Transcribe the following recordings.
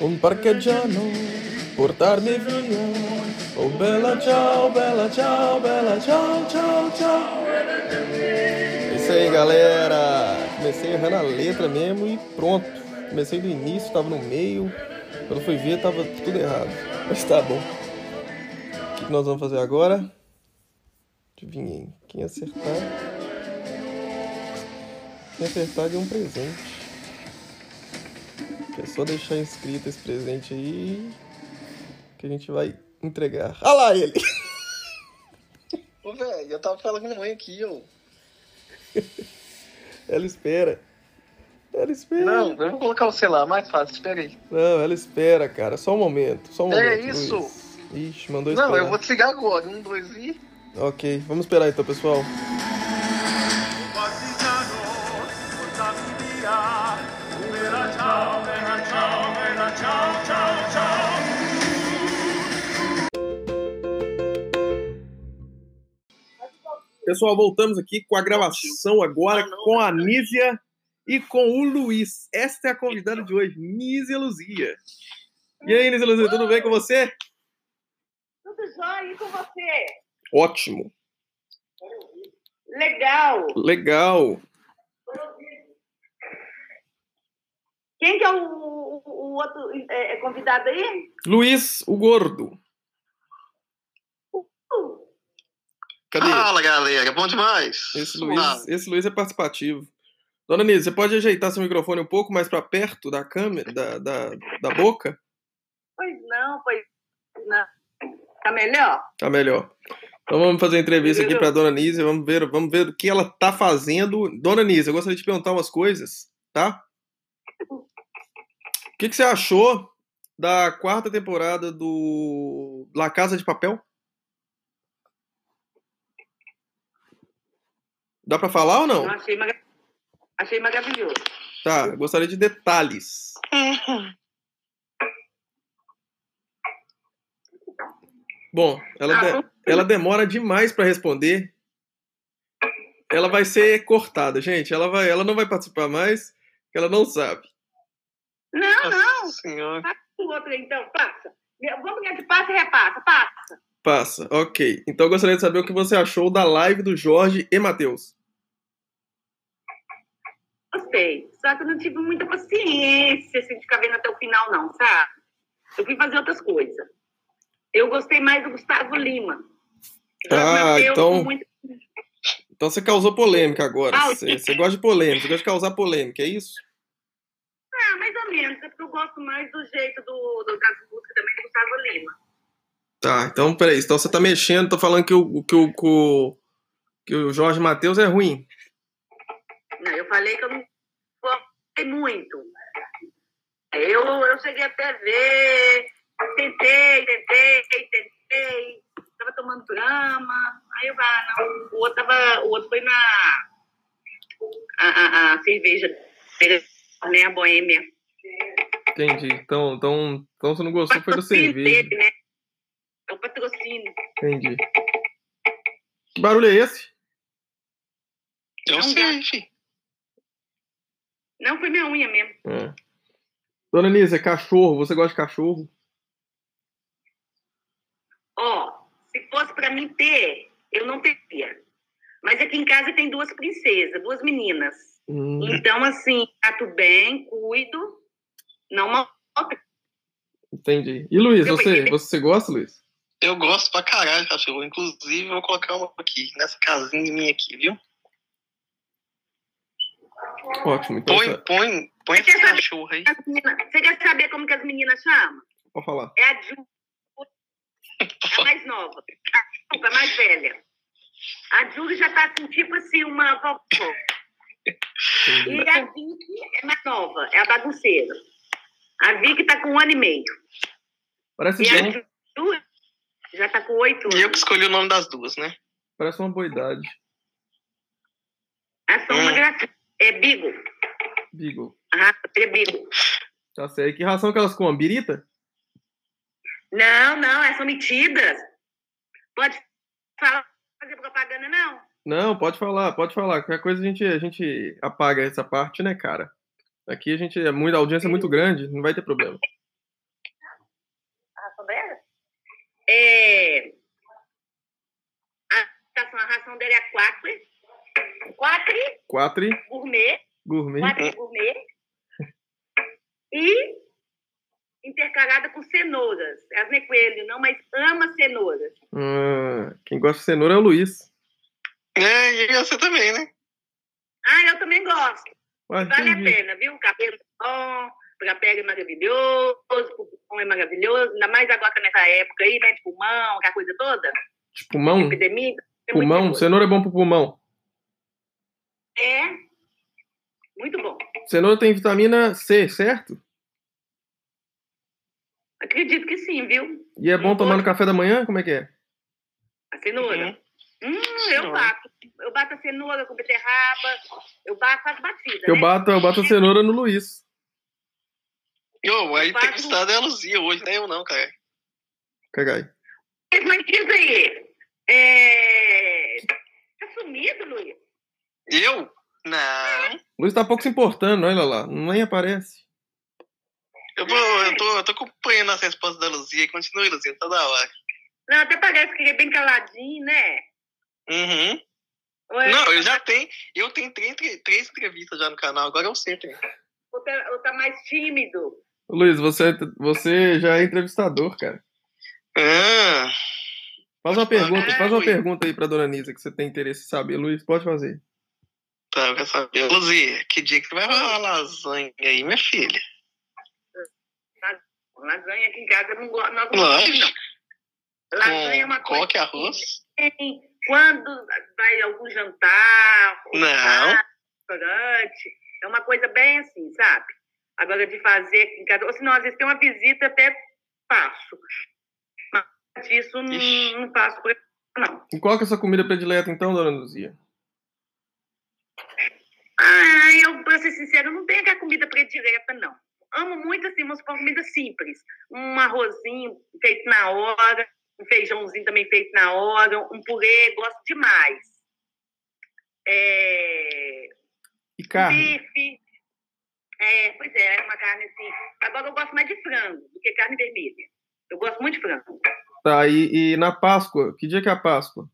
un parcheggiano, portarmi via. Oh bella ciao, bela ciao, bela ciao, ciao, ciao. É isso aí, galera. Comecei errando a letra mesmo e pronto. Comecei do início, tava no meio. Quando fui ver, tava tudo errado. Mas tá bom. O que que nós vamos fazer agora? Adivinhei. Quem acertar. Quem acertar ganha um presente. É só deixar inscrito esse presente aí que a gente vai entregar. Ah lá ele! Ô, velho, eu tava falando com minha mãe aqui, ô. Ela espera. Ela espera. Não, eu vou colocar o celular mais fácil, espera aí. Não, ela espera, cara. Só um momento. Só um É momento. isso. Luiz. Ixi, mandou Não, esperar. eu vou desligar agora. Um, dois e. Ok, vamos esperar então, pessoal. Pessoal, voltamos aqui com a gravação Ah, agora com a Nízia e com o Luiz. Esta é a convidada de hoje, Nízia Luzia. E aí, Nízia Luzia, tudo bem com você? Tudo jóia e com você? Ótimo, Legal. legal. Quem que é o, o- o outro é, é, convidado aí? Luiz, o gordo. Uh, Cadê? Fala, galera, bom demais. Esse Ah, Luiz, esse Luiz é participativo. Dona Nise, você pode ajeitar seu microfone um pouco mais para perto da câmera, da, da, da boca? pois não, pois não. Tá melhor? Tá melhor. Então vamos fazer a entrevista aqui para Dona Nise, vamos ver, vamos ver o que ela tá fazendo. Dona Nise, eu gostaria de te perguntar umas coisas, tá? O que, que você achou da quarta temporada do La Casa de Papel? Dá para falar ou não? Eu achei, magra- achei maravilhoso. Tá, eu gostaria de detalhes. Bom, ela, de- ela demora demais pra responder. Ela vai ser cortada, gente. Ela, vai, ela não vai participar mais, porque ela não sabe. Ah, Não, não. senhor. O outro aí, então, passa. Vamos ganhar de passa e repassa, passa. Passa, ok. Então eu gostaria de saber o que você achou da live do Jorge e Matheus. Gostei. Só que eu não tive muita paciência assim, de ficar vendo até o final, não, sabe? Eu fui fazer outras coisas. Eu gostei mais do Gustavo Lima. Ah, Mateus, então- com muita- Então você causou polêmica agora. Ah, Você, você gosta de polêmica, você gosta de causar polêmica, é isso? Ah, mais ou menos. É porque eu gosto mais do jeito do, do das músicas também é do Gustavo Lima. Tá, então peraí. Então você tá mexendo, tá falando que o, que o, que o, que o Jorge Matheus é ruim. Não, eu falei que eu não gostei muito. Eu, eu cheguei até ver, tentei, tentei, tentei. Tava tomando drama. Aí eu falei, ah, não. O outro, tava, o outro foi na a, a, a cerveja, né? A boêmia. Entendi. Então, então, então você não gostou, foi do Patrocínio cerveja. dele, né? É o patrocínio. Entendi. Que barulho é esse? Eu é um Não sei, fi. Não, foi minha unha mesmo. É. Dona Nisa, cachorro. Você gosta de cachorro? Ó, se fosse pra mim ter, eu não teria. Mas aqui em casa tem duas princesas, duas meninas. Hum, Então, assim, trato bem, cuido, não mal. entendi. E Luiz, Eu você, peguei. você gosta, Luiz? Eu gosto pra caralho, cachorro. Inclusive, eu vou colocar uma aqui, nessa casinha minha aqui, viu? Ótimo. Então, Põe, tá- põe, põe Você esse sabe- cachorro aí. As meninas- Você quer saber como que as meninas chamam? pode falar. É a Ju, É a mais nova. A desculpa, é a mais velha. A Ju já tá assim, tipo assim, uma vovó. Entendi. E a Vicky é mais nova, é a bagunceira. A Vicky tá com um ano e meio. Parece E a bom. Ju já tá com oito E eu que anos. escolhi o nome das duas, né? Parece uma boa idade. A soma Hum. gratuita. É bigo. Beagle. A raça dele é bigo. Tá certo. E Que ração que elas comem? Birita? Não, não, elas são metidas. Pode falar, fazer propaganda, não. Não, pode falar, pode falar. Qualquer coisa a gente, a gente apaga essa parte, né, cara? Aqui a gente é muito, a audiência é muito grande, não vai ter problema. É, a, ração, a ração dele é quacre. Quacre Quatro gourmet. gourmet. Quacre gourmet. E intercalada com cenouras. Elas não é coelho, não, mas ama cenouras. Ah, quem gosta de cenoura é o Luiz. É, e você também, né? Ah, eu também gosto. Ué, Vale a Ah, entendi. pena, viu? O cabelo é bom, pra pele é maravilhoso, o pulmão é maravilhoso, ainda mais agora que é nessa época aí, né? De pulmão, aquela coisa toda, De pulmão? epidemia. é muito Tipo, Pulmão? bom. Cenoura é bom pro pulmão. É. Muito bom. Cenoura tem vitamina C, certo? Acredito que sim, viu? E é bom tomar no café da manhã? Como é que é? A cenoura. Uhum. Hum, eu Cenoura. bato. Eu bato a cenoura com beterraba, eu bato, faço batida, Eu né? bato, eu bato a cenoura no Luiz. Yo, a Eu faço- entrevistada é a Luzia hoje, não é eu não, cara. Cagai. Mas diz aí, é... Tá sumido, Luiz? Eu? Não. Luiz tá pouco se importando, olha lá. Nem aparece. Eu, vou, eu, tô, eu tô acompanhando as respostas da Luzia. Continue, Luzia, tá da hora. Não, até parece que ele é bem caladinho, né? Uhum. Ou é- Não, eu já tenho. Eu tenho três, três, três entrevistas já no canal, agora eu sei. Né? ou tá, ou tá mais tímido. Ô, Luiz, você, você já é entrevistador, cara. Ah, Faz uma pergunta, É, faz uma Luiz. pergunta aí pra dona Nisa que você tem interesse em saber. Luiz, pode fazer. tá, eu quero saber. Luzia, que dia que você vai rolar lasanha aí, minha filha? Lasanha aqui em casa eu não gosto, nós não Lógico. gostamos, não. Lasanha é uma Com coisa coque, arroz? que tem quando vai algum jantar, ou Não. vai no restaurante. É uma coisa bem assim, sabe? Agora de fazer aqui em casa. Ou senão, às vezes tem uma visita, até faço. Mas isso não, Ixi. não faço coisa, não. E qual que é a sua comida predileta, então, dona Luzia? Ah, eu, pra ser sincero, eu não tenho aquela comida predileta, não. Amo muito, assim, umas comida simples. Um arrozinho feito na hora, um feijãozinho também feito na hora, um purê, gosto demais. É, E carne? Bife. É, pois é, é uma carne assim. Agora eu gosto mais de frango do que carne vermelha. Eu gosto muito de frango. Tá, e, e na Páscoa? Que dia que é a Páscoa?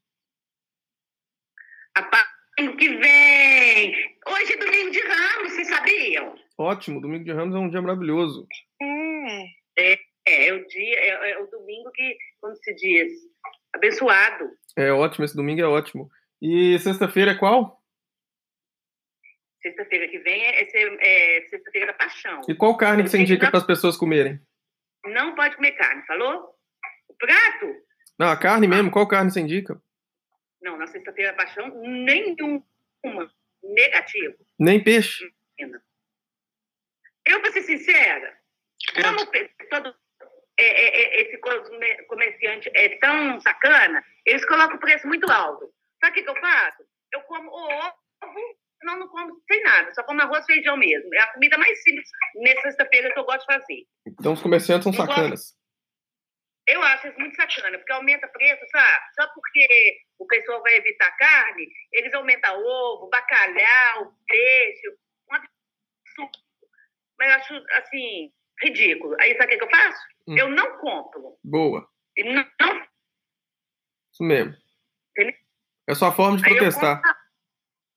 A pa- que vem! Hoje é domingo de ramos, vocês sabiam? Ótimo, domingo de Ramos é um dia maravilhoso. Hum. É, é o dia, é, é o domingo que, como se diz, abençoado. É ótimo, esse domingo é ótimo. E sexta-feira é qual? Sexta-feira que vem é, é se- é sexta-feira da paixão. E qual carne que você indica para as pessoas comerem? Não pode comer carne, falou? O prato? Não, a carne mesmo, qual carne você indica? Não, na sexta-feira da paixão, nenhuma. Negativo. Nem peixe. Eu, pra ser sincera, Como o pe- todo é, é, é, esse come- comerciante é tão sacana, eles colocam o preço muito alto. Sabe o que, que eu faço? Eu como o ovo, senão não como sem nada, só como arroz e feijão mesmo. É a comida mais simples nessa sexta-feira que eu gosto de fazer. Então os comerciantes são sacanas. Eu acho isso muito sacana, porque aumenta preço, sabe? Só porque o pessoal vai evitar carne, eles aumentam ovo, bacalhau, peixe, um absurdo. Mas eu acho, assim, ridículo. Aí sabe o que, que eu faço? Hum. Eu não compro. Boa, E Não, não, isso mesmo. Ele- É só a forma de aí eu protestar. compro-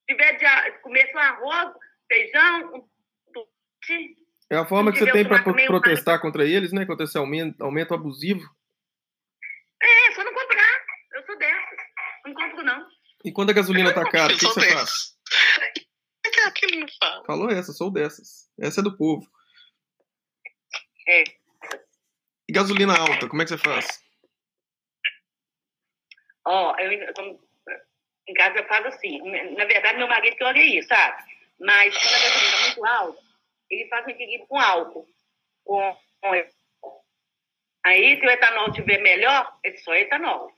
Se tiver de começo um arroz, feijão, um tute, É a forma que se você tem eu para tomar meio protestar contra eles, né? Contra esse aumento, aumento abusivo. é só não comprar. Eu sou dessas. Não compro, não. E quando a gasolina tá cara, o que, que você faz? É que aquilo não fala. Falou essa, sou dessas. Essa é do povo. É. E gasolina alta, como é que você faz? Ó, eu ainda- como- em casa eu faço assim. Na verdade, meu marido que olha isso, sabe? Mas quando a gasolina é muito alta, ele faz um equilíbrio com álcool. Com, com- Aí, se o etanol tiver melhor, é só etanol.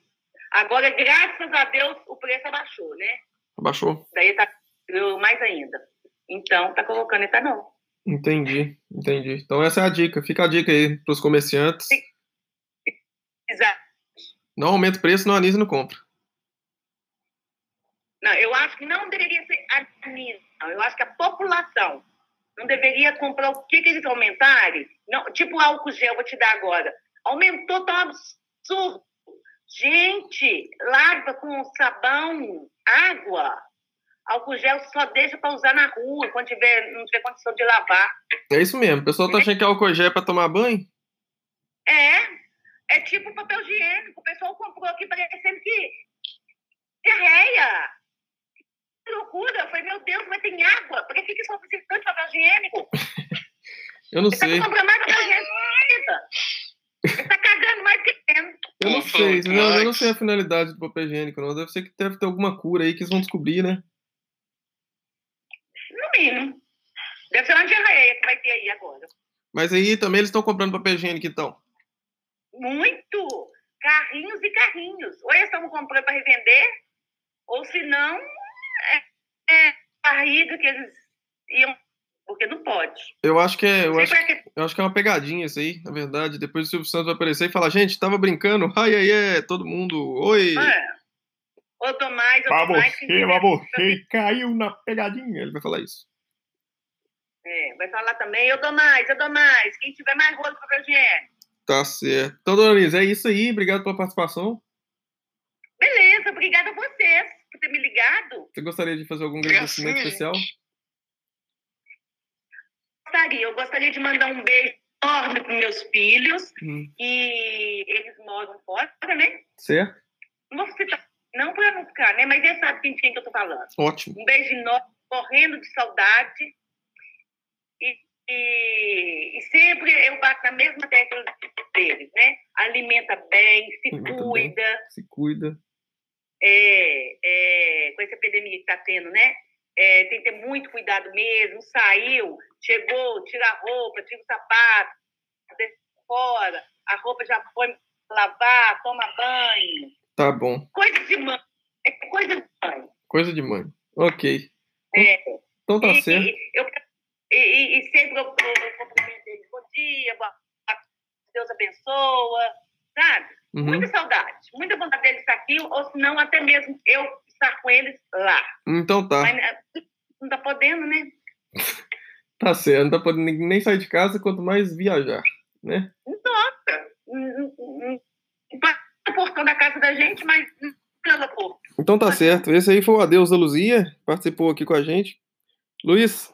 Agora, graças a Deus, o preço abaixou, né? Abaixou? Daí tá eu mais ainda. Então, tá colocando etanol. Entendi, entendi. Então essa é a dica. Fica a dica aí pros comerciantes. Sim. Exato. Não aumenta o preço, não anisa e não compra. Não, eu acho que não deveria ser a mina. Eu acho que a população não deveria comprar o que, que eles aumentarem. Não, tipo álcool gel, vou te dar agora. Aumentou, tá um absurdo. Gente, lava com sabão, água. Álcool gel só deixa para usar na rua, quando tiver, não tiver condição de lavar. É isso mesmo. O pessoal tá achando que álcool gel é pra tomar banho? É. É tipo papel higiênico. O pessoal comprou aqui parecendo que diarreia. Que loucura. Eu falei, meu Deus, mas tem água. Por que que só precisa tanto de papel higiênico? Eu não Você sei. tá comprando mais papel higiênico que vida. Você tá cagando mais que tendo. Eu não Ô, sei. Fran, Não, eu não Max. sei a finalidade do papel higiênico, não. Deve ser que deve ter alguma cura aí que eles vão descobrir, né? No mínimo. Deve ser uma diarreia que vai ter aí agora. Mas aí também eles estão comprando papel higiênico, então. Muito! Carrinhos e carrinhos. Ou eles estão comprando para revender, ou se não, é, é barriga que eles iam. Porque não pode. Eu acho que é, eu Sei acho, pra quê. eu acho que é uma pegadinha isso aí, na verdade. Depois o Silvio Santos vai aparecer e falar, gente, tava brincando, ai, ai, ai, todo mundo, oi. Ah, Ou tô mais, ou tô mais. que- caiu na pegadinha. Ele vai falar isso. É, vai falar também, eu dou mais, eu dou mais. Quem tiver mais rolo para papel higiênico. Tá certo. Então, dona Anise, é isso aí. Obrigado pela participação. Beleza, obrigada a vocês por ter me ligado. Você gostaria de fazer algum Gracinha, agradecimento especial? Gostaria, eu gostaria de mandar um beijo enorme para meus filhos, Hum, que eles moram fora, né? certo? Não vou citar, não para não ficar, né? Mas ele sabe de quem que eu tô falando. Ótimo. Um beijo enorme, morrendo de saudade. E, e, e sempre eu bato na mesma tecla deles, né? Alimenta bem, se Alimenta bem. cuida. Se cuida. É, é, com essa epidemia que tá tendo, né? É, tem que ter muito cuidado mesmo. Saiu, chegou, tira a roupa, tira o sapato, deixa fora. A roupa já foi lavar, toma banho. Tá bom. Coisa de mãe. É coisa de mãe. Coisa de mãe. Ok. É, Então tá e, certo. e- eu- e- e- e sempre eu, eu, eu cumprimento eles. Bom dia, boa, Deus abençoa. Sabe? Uhum. Muita saudade. Muita vontade deles estar aqui, ou se não, até mesmo eu estar com eles lá. Então tá. Mas né, não tá podendo, né? Tá certo. Não tá podendo nem nem sair de casa, quanto mais viajar. Né? Hum, hum, hum. Passa o portão da casa da gente, mas não pela porta. Então tá certo. Esse aí foi o adeus da Luzia. Participou aqui com a gente. Luiz,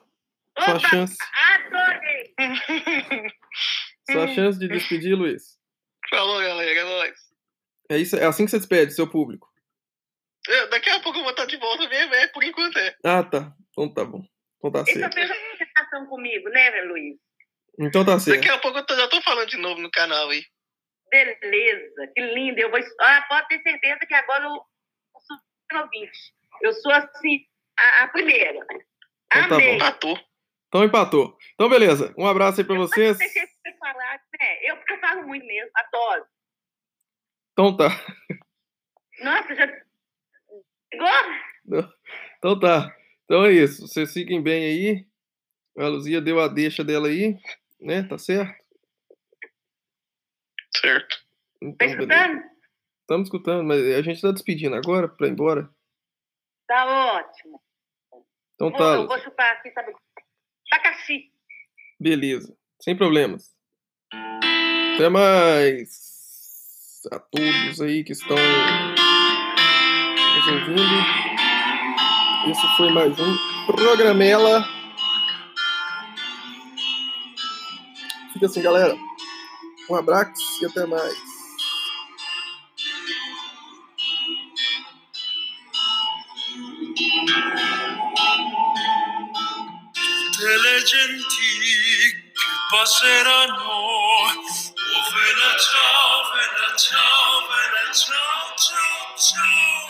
sua Opa, chance. adorei! Sua chance de despedir, Luiz. Falou, galera. É nóis. É, isso, é assim que você despede, seu público. Eu- Daqui a pouco eu vou estar de volta mesmo, é por enquanto é. Ah, tá. Então tá bom. Então tá Essa certo. fez é uma apresentação comigo, né, Luiz? Então tá Daqui certo. a pouco eu tô- já tô falando de novo no canal aí. Beleza, que lindo. Eu vou. Ah, pode ter certeza que agora eu sou super ouvinte. Eu sou assim, a, a primeira. tá Amei. bom. Matou. Então empatou. Então beleza. Um abraço aí pra vocês. Não sei se eu falar, né? Eu porque eu falo muito mesmo, adoro. Então tá. Nossa, já. Tá Igual? Então tá. Então é isso. Vocês fiquem bem aí. A Luzia deu a deixa dela aí, né? Tá certo? Certo. Tá Então, beleza. escutando? Estamos escutando, mas a gente tá despedindo agora pra ir embora. Tá ótimo. Então Vou- tá, eu vou Luzia. chupar aqui, sabe? Sacaxi. Beleza. Sem problemas. Até mais. A todos aí que estão nos ouvindo. Esse foi mais um Programela. Fica assim, galera. Um abraço e até mais. tutte le genti che passeranno. Oh, vela ciao, vela ciao, vela ciao, ciao, ciao.